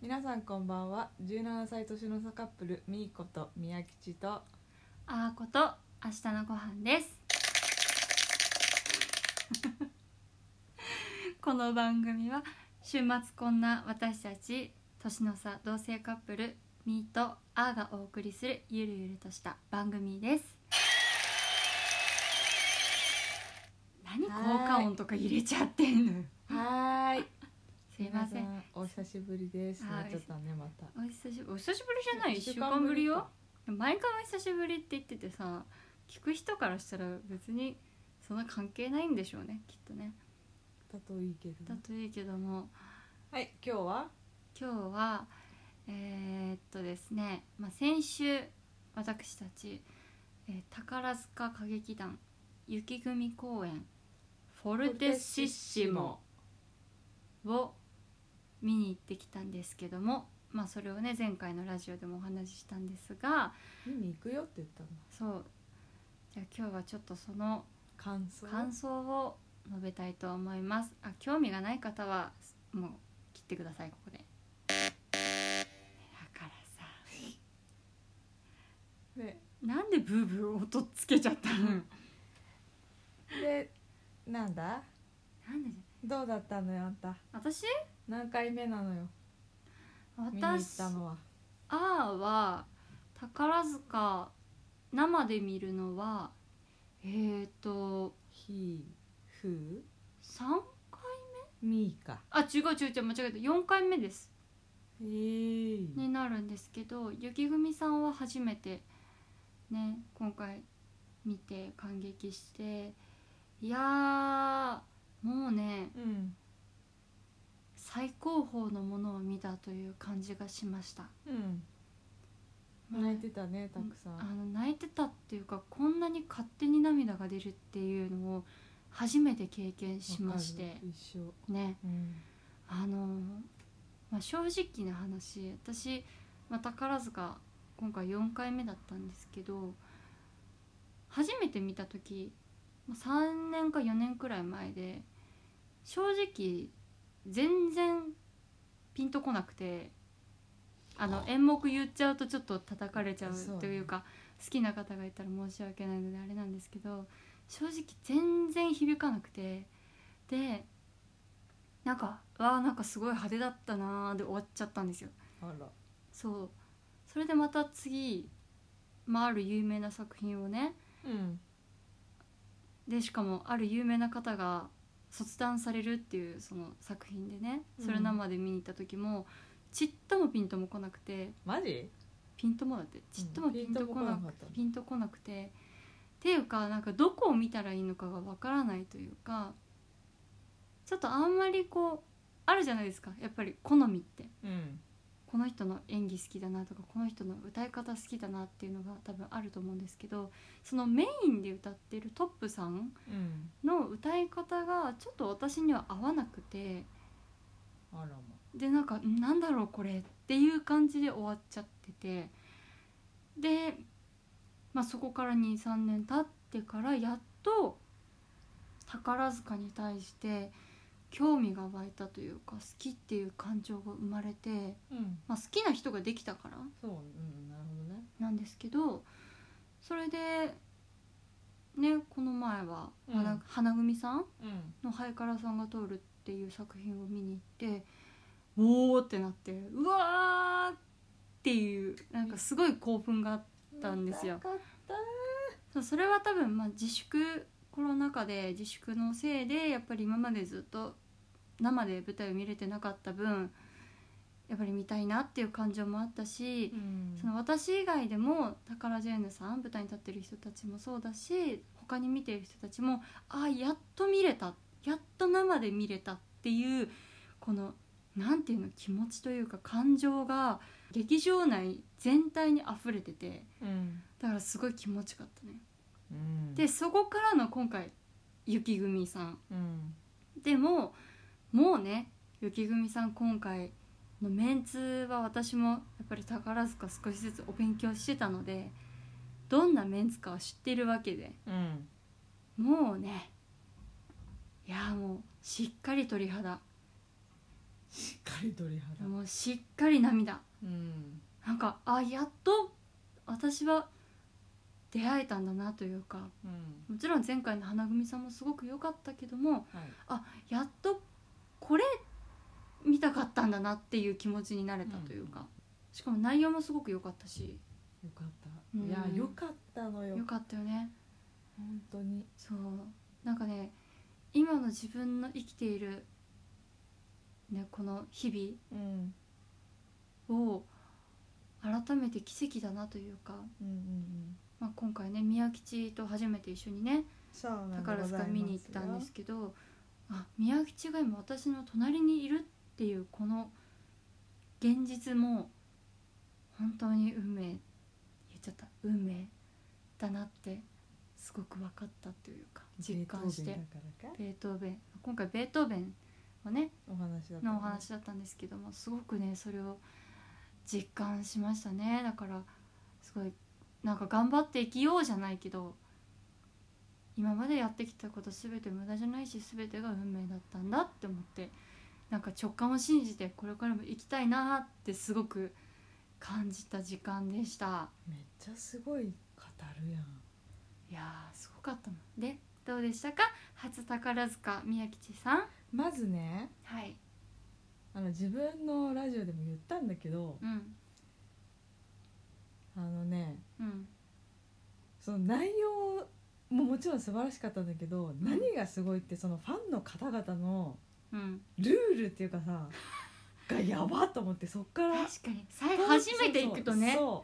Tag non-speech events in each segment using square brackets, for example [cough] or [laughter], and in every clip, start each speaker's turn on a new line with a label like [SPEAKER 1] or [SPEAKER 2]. [SPEAKER 1] 皆さんこんばんは17歳年の差カップルみーこと宮吉と
[SPEAKER 2] あーこと明日のご飯です [laughs] この番組は週末こんな私たち年の差同性カップルミーとアーがお送りするゆるゆるとした番組です何効果音とか入れちゃってんの [laughs]
[SPEAKER 1] はーい
[SPEAKER 2] すいません
[SPEAKER 1] 皆さお久しぶりです
[SPEAKER 2] は
[SPEAKER 1] な
[SPEAKER 2] ー
[SPEAKER 1] っ
[SPEAKER 2] い
[SPEAKER 1] ちゃったねまた
[SPEAKER 2] お久しぶりお久しぶりじゃない
[SPEAKER 1] 一
[SPEAKER 2] 1
[SPEAKER 1] 週
[SPEAKER 2] 週
[SPEAKER 1] 間
[SPEAKER 2] 間
[SPEAKER 1] ぶ
[SPEAKER 2] ぶ
[SPEAKER 1] り
[SPEAKER 2] り
[SPEAKER 1] か
[SPEAKER 2] よ毎回お久しぶりって言っててさ聞く人からしたら別にそんな関係ないんでしょうねきっとね
[SPEAKER 1] だといいけど
[SPEAKER 2] だといいけども
[SPEAKER 1] はい今日は
[SPEAKER 2] 今日はえーっとですね、まあ、先週私たち、えー宝塚歌劇団雪組公演「フォルテッシッシモ」を見に行ってきたんですけども、まあ、それをね前回のラジオでもお話ししたんですが
[SPEAKER 1] 見に行くよって言ったの
[SPEAKER 2] そうじゃあ今日はちょっとその
[SPEAKER 1] 感想
[SPEAKER 2] 感想を述べたいと思いますあ興味がない方はもう切ってくださいここでだからさ
[SPEAKER 1] で
[SPEAKER 2] なんでブーブー音つけちゃったのよ
[SPEAKER 1] でなんだ
[SPEAKER 2] なんで
[SPEAKER 1] どうだったのよあんた
[SPEAKER 2] 私
[SPEAKER 1] 何回目なのよ見に行っ
[SPEAKER 2] 私
[SPEAKER 1] たのは
[SPEAKER 2] あーは宝塚生で見るのはえーと
[SPEAKER 1] ひふ
[SPEAKER 2] 3回
[SPEAKER 1] みーか
[SPEAKER 2] あ違う違う違う間違えた4回目です
[SPEAKER 1] えー
[SPEAKER 2] になるんですけど雪組さんは初めてね今回見て感激していやーもうね
[SPEAKER 1] うん
[SPEAKER 2] 最高峰のものを見たという感じがしました
[SPEAKER 1] うん泣いてたねたくさ
[SPEAKER 2] あ
[SPEAKER 1] ん
[SPEAKER 2] の泣いてたっていうかこんなに勝手に涙が出るっていうのを初めて経験しまし
[SPEAKER 1] わか
[SPEAKER 2] て
[SPEAKER 1] る一緒
[SPEAKER 2] ね
[SPEAKER 1] うん
[SPEAKER 2] あのーまあ、正直な話私、まあ、宝塚今回4回目だったんですけど初めて見た時まあ3年か4年くらい前で正直全然ピンとこなくてあの演目言っちゃうとちょっと叩かれちゃ
[SPEAKER 1] そう
[SPEAKER 2] う
[SPEAKER 1] ね
[SPEAKER 2] というか好きな方がいたら申し訳ないのであれなんですけど正直全然響かなくてでなんかわあなんかすごい派手だったなーで終わっちゃったんですよ
[SPEAKER 1] あら
[SPEAKER 2] そうそれでまた次、まあ、ある有名な作品をね
[SPEAKER 1] うん
[SPEAKER 2] でしかもある有名な方が卒団されるっていうその作品でねそれ生で見に行った時も、ちっともピンとも来なくて
[SPEAKER 1] マジ
[SPEAKER 2] ピンともだってちっともピンとこなく
[SPEAKER 1] った
[SPEAKER 2] ピンとこなくてっていうかなんかどこを見たらいいのかがわからないというかちょっとあんまりこうあるじゃないですかやっぱり好みって
[SPEAKER 1] うん
[SPEAKER 2] この人の演技好きだなとかこの人の歌い方好きだなっていうのが多分あると思うんですけどそのメインで歌ってるトップさん
[SPEAKER 1] うん
[SPEAKER 2] の歌い方がちょっと私には合わなくて
[SPEAKER 1] あらま
[SPEAKER 2] でなんかんなんだろうこれっていう感じで終わっちゃっててで、まあ、そこから23年経ってからやっと宝塚に対して興味が湧いたというか好きっていう感情が生まれて、
[SPEAKER 1] うん
[SPEAKER 2] まあ、好きな人ができたから
[SPEAKER 1] そううんなるほどね
[SPEAKER 2] なんですけどそれでねこの前は花,、
[SPEAKER 1] うん
[SPEAKER 2] 花組さ
[SPEAKER 1] う
[SPEAKER 2] ん
[SPEAKER 1] ん
[SPEAKER 2] の「ハイカラさんが通る」っていう作品を見に行っておおってなってうわーっていうなんかすごい興奮があってたんですよ
[SPEAKER 1] 見たかった
[SPEAKER 2] そうそれは多分まあ自粛コロナ禍で自粛のせいでやっぱり今までずっと生で舞台を見れてなかった分やっぱり見たいなっていう感情もあったし、
[SPEAKER 1] うん
[SPEAKER 2] その私以外でも宝ジェーヌさん舞台に立ってる人たちもそうだし他に見てる人たちもああやっと見れたやっと生で見れたっていうこのなんていうの気持ちというか感情が劇場内全体に溢れてて
[SPEAKER 1] うん
[SPEAKER 2] だからすごい気持ちよかったね。
[SPEAKER 1] うん
[SPEAKER 2] でそこからの今回雪組さん
[SPEAKER 1] うん
[SPEAKER 2] でももうね雪組さん今回のメンツは私もやっぱり宝塚少しずつお勉強してたのでどんなメンツかは知ってるわけで
[SPEAKER 1] うん
[SPEAKER 2] もうねいやもうしっかり鳥肌
[SPEAKER 1] しっかり鳥肌
[SPEAKER 2] もうしっかり涙
[SPEAKER 1] うん
[SPEAKER 2] なんかあやっと私は出会えたんだなというか
[SPEAKER 1] うん
[SPEAKER 2] もちろん前回の花組さんもすごく良かったけども
[SPEAKER 1] はい
[SPEAKER 2] やっとこれ見たかったんだなっていう気持ちになれたというか、
[SPEAKER 1] うん
[SPEAKER 2] しかも内容もすごく良かったし
[SPEAKER 1] よかった
[SPEAKER 2] うん
[SPEAKER 1] いやよかったのよ
[SPEAKER 2] 良かったよね
[SPEAKER 1] 本当に
[SPEAKER 2] そうなんかね今の自分の生きている、ね、この日
[SPEAKER 1] うん
[SPEAKER 2] 々を改めて奇跡だなというか、
[SPEAKER 1] うんうんうん
[SPEAKER 2] まあ、今回ね宮吉と初めて一緒にね
[SPEAKER 1] そうなんで
[SPEAKER 2] 宝
[SPEAKER 1] ござい
[SPEAKER 2] 塚
[SPEAKER 1] ます
[SPEAKER 2] 見に行ったんですけどあ宮吉が今私の隣にいるっていうこの現実も本当に運命言っちゃった運命だなってすごく分かったというか実感して
[SPEAKER 1] ベートーベンだからか
[SPEAKER 2] ベートーベン今回ベートーベンをね
[SPEAKER 1] お話だったね
[SPEAKER 2] のお話だったんですけどもすごくねそれを実感しましたねだからすごいなんか頑張って生きようじゃないけど今までやってきたこと全て無駄じゃないし全てが運命だったんだって思ってなんか直感を信じてこれからも生きたいなってすごく感じた時間でした
[SPEAKER 1] めっちゃすごい語るやん
[SPEAKER 2] いやーすごかったもんでどうでしたか初宝塚宮吉さん
[SPEAKER 1] まずね
[SPEAKER 2] はい
[SPEAKER 1] あの自分のラジオでも言ったんだけど
[SPEAKER 2] うん
[SPEAKER 1] あのね
[SPEAKER 2] うん
[SPEAKER 1] その内容ももちろん素晴らしかったんだけど何がすごいってそのファンの方々の
[SPEAKER 2] うん
[SPEAKER 1] ルールっていうかさがやばと思ってそっから
[SPEAKER 2] 確かに最後初めて行くと
[SPEAKER 1] そ
[SPEAKER 2] ね
[SPEAKER 1] うそうそう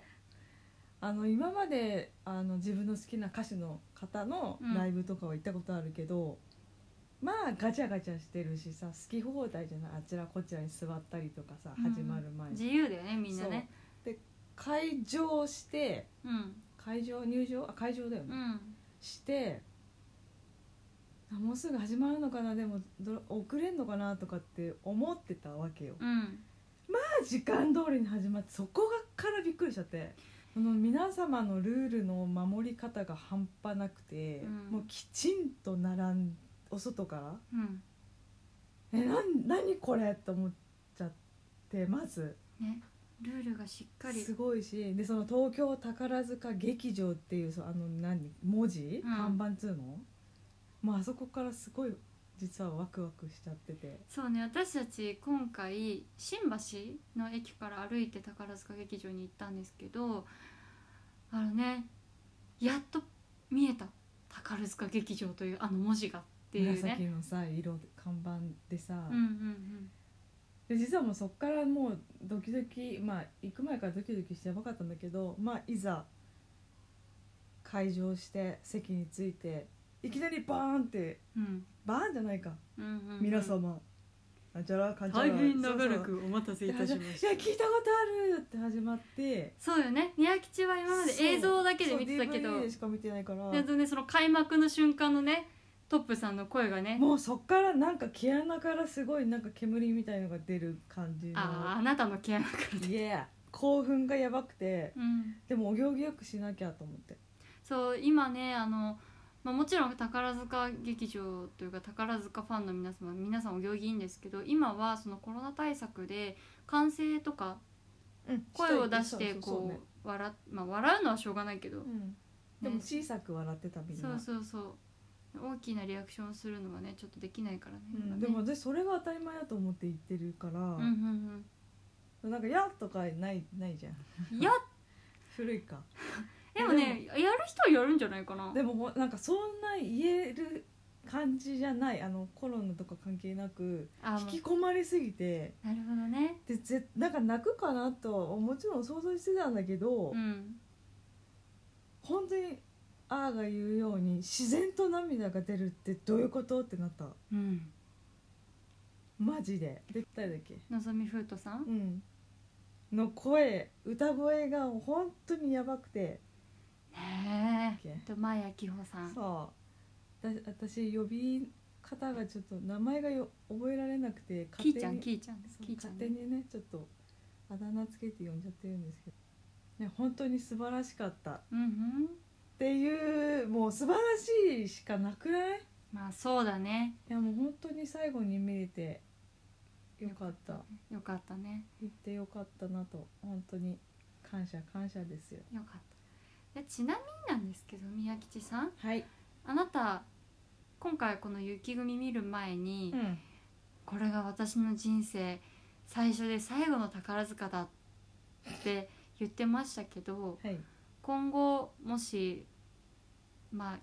[SPEAKER 1] あの今まであの自分の好きな歌手の方の
[SPEAKER 2] うん
[SPEAKER 1] ライブとかは行ったことあるけど、まあガチャガチャしてるしさ好き放題じゃないあちらこちらに座ったりとかさ、
[SPEAKER 2] うん
[SPEAKER 1] 始まる前に
[SPEAKER 2] 自由だよねみんなね
[SPEAKER 1] 会場して
[SPEAKER 2] うん
[SPEAKER 1] 会場入場あ会場だよね、
[SPEAKER 2] うん
[SPEAKER 1] してあもうすぐ始まるのかなでもど遅れんのかなとかって思ってたわけよ、
[SPEAKER 2] うん
[SPEAKER 1] まあ時間通りに始まってそこがからびっくりしちゃってこの皆様のルールの守り方が半端なくて、
[SPEAKER 2] うん
[SPEAKER 1] もうきちんと並んお外から
[SPEAKER 2] うん
[SPEAKER 1] 「えなん何これ?」と思っちゃってまず
[SPEAKER 2] ねルールがしっかり
[SPEAKER 1] すごいしでその東京宝塚劇場っていうそうあの何文字、
[SPEAKER 2] う
[SPEAKER 1] 看
[SPEAKER 2] ん
[SPEAKER 1] 板っつうのもうあそこからすごい実はワクワクしちゃってて
[SPEAKER 2] そうね私たち今回新橋の駅から歩いて宝塚劇場に行ったんですけどあのねやっと見えた宝塚劇場というあの文字がっていう
[SPEAKER 1] 紫
[SPEAKER 2] ね
[SPEAKER 1] のさ色看板でさ、
[SPEAKER 2] うんうん
[SPEAKER 1] で実はもうそっからもうドキドキまあ行く前からドキドキしてやばかったんだけどまあいざ会場して席に着いていきなりバーンって
[SPEAKER 2] うんうん
[SPEAKER 1] バーンじゃないか、
[SPEAKER 2] うんうんうん
[SPEAKER 1] 皆様なんちゃらかんちゃらそうそう
[SPEAKER 2] お待たせ
[SPEAKER 1] いや聞いたことあるって始まって
[SPEAKER 2] そうよね宮吉は今まで映像だけで
[SPEAKER 1] そう
[SPEAKER 2] 見てたけど
[SPEAKER 1] そう DVD でしか見てないから
[SPEAKER 2] でねその開幕の瞬間のねトップさんの声がね
[SPEAKER 1] もうそっからなんか毛穴からすごいなんか煙みたいのが出る感じの
[SPEAKER 2] あああなたの毛穴から
[SPEAKER 1] いや興奮がやばくて
[SPEAKER 2] うん
[SPEAKER 1] でもお行儀よくしなきゃと思って
[SPEAKER 2] そう今ねあの、まあ、もちろん宝塚劇場というか宝塚ファンの皆様皆さんお行儀いいんですけど今はそのコロナ対策で歓声とか声を出してこう笑っまあ笑うのはしょうがないけど、
[SPEAKER 1] うんでも小さく笑ってたみんな、
[SPEAKER 2] そうそうそう大きなリアクションするのはねちょっとできないからね,
[SPEAKER 1] う
[SPEAKER 2] 今ね、
[SPEAKER 1] んでも私それが当たり前だと思って言ってるから、
[SPEAKER 2] うんうん
[SPEAKER 1] なんか「や」とかないないじゃん
[SPEAKER 2] うん
[SPEAKER 1] [laughs]
[SPEAKER 2] いや
[SPEAKER 1] 古いか
[SPEAKER 2] でもねやる人はやるんじゃないかな
[SPEAKER 1] でもほなんかそんな言える感じじゃないあのコロナとか関係なく
[SPEAKER 2] あ
[SPEAKER 1] 引
[SPEAKER 2] も
[SPEAKER 1] き込まれすぎて
[SPEAKER 2] うなるほどね
[SPEAKER 1] でぜなんか泣くかなとはもちろん想像してたんだけど、
[SPEAKER 2] うん
[SPEAKER 1] 本当にあーが言うように自然と涙が出るってどういうことってなった
[SPEAKER 2] うん
[SPEAKER 1] マジでで誰だっけ
[SPEAKER 2] のぞみふうとさん
[SPEAKER 1] うん、の声歌声が本当にやばくて
[SPEAKER 2] ね
[SPEAKER 1] だっ
[SPEAKER 2] えと前谷紀穂さん
[SPEAKER 1] そうだ私呼び方がちょっと名前がよ覚えられなくて
[SPEAKER 2] キーちゃん
[SPEAKER 1] に
[SPEAKER 2] キーちゃん
[SPEAKER 1] そう
[SPEAKER 2] キーちゃ
[SPEAKER 1] 勝
[SPEAKER 2] ん
[SPEAKER 1] 手にねちょっとあだ名つけて呼んじゃってるんですけど、ね、本当に素晴らしかったっ
[SPEAKER 2] うんうん
[SPEAKER 1] ていうもう素晴らしいしかなくない
[SPEAKER 2] まあそうだね
[SPEAKER 1] いやもう本当に最後に見れてよかった行
[SPEAKER 2] よかったね
[SPEAKER 1] ってよかったなと本当に感謝感謝ですよ
[SPEAKER 2] よかったでちなみになんですけど宮吉さん
[SPEAKER 1] はい、
[SPEAKER 2] あなた今回この雪組見る前に、
[SPEAKER 1] ん、
[SPEAKER 2] これが私の人生最初で最後の宝塚だって言ってましたけど
[SPEAKER 1] はい
[SPEAKER 2] 今後もしま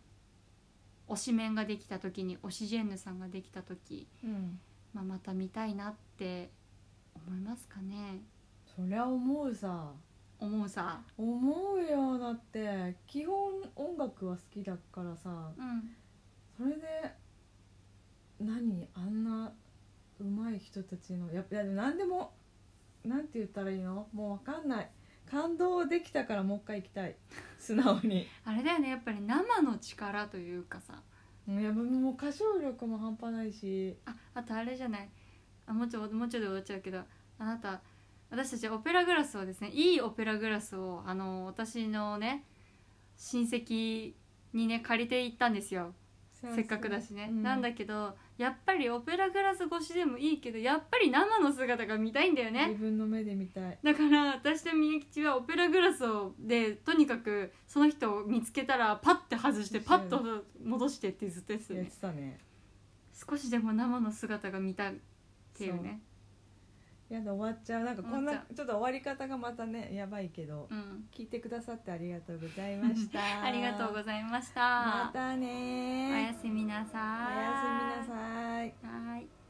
[SPEAKER 2] あ推しメンができた時に推しジェンヌさんができた時、
[SPEAKER 1] うん
[SPEAKER 2] まあ、また見たいなって思いますかね
[SPEAKER 1] そりゃ思うさ
[SPEAKER 2] 思うさ
[SPEAKER 1] 思うよだって基本音楽は好きだからさ
[SPEAKER 2] うん
[SPEAKER 1] それで何あんな上手い人たちのやっぱいやでも何でもなんて言ったらいいのもう分かんない感動できたからもう一回行きたい素直
[SPEAKER 2] [laughs]
[SPEAKER 1] に
[SPEAKER 2] あれだよねやっぱり生の力というかさ
[SPEAKER 1] うんいやもう歌唱力も半端ないし
[SPEAKER 2] ああとあれじゃないあもうちょもうちょいで終わっちゃうけどあなた私たちオペラグラスをですねいいオペラグラスをあの私のね親戚にね借りて行ったんですよせっかくだしね、なんだ
[SPEAKER 1] け
[SPEAKER 2] けどやっぱりオペラグラス越しでもいいけどやっぱり生の姿が見たいんだよね
[SPEAKER 1] 自分の目で見たい
[SPEAKER 2] だから私と宮吉はオペラグラスをでとにかくその人を見つけたらパッて外してパッと戻してってずっとやってたよ
[SPEAKER 1] やっ
[SPEAKER 2] ね
[SPEAKER 1] てたね
[SPEAKER 2] 少しでも生の姿が見たいっていうね
[SPEAKER 1] やだ終わっちゃうなんかこんな
[SPEAKER 2] 終わっ
[SPEAKER 1] ちょっと終わり方がまたねやばいけど
[SPEAKER 2] うん
[SPEAKER 1] 聞いてくださってありがとうございました
[SPEAKER 2] [laughs] ありがとうございました。
[SPEAKER 1] またね
[SPEAKER 2] おやすみなさ
[SPEAKER 1] お
[SPEAKER 2] ーい。
[SPEAKER 1] やすみなさい
[SPEAKER 2] はーい。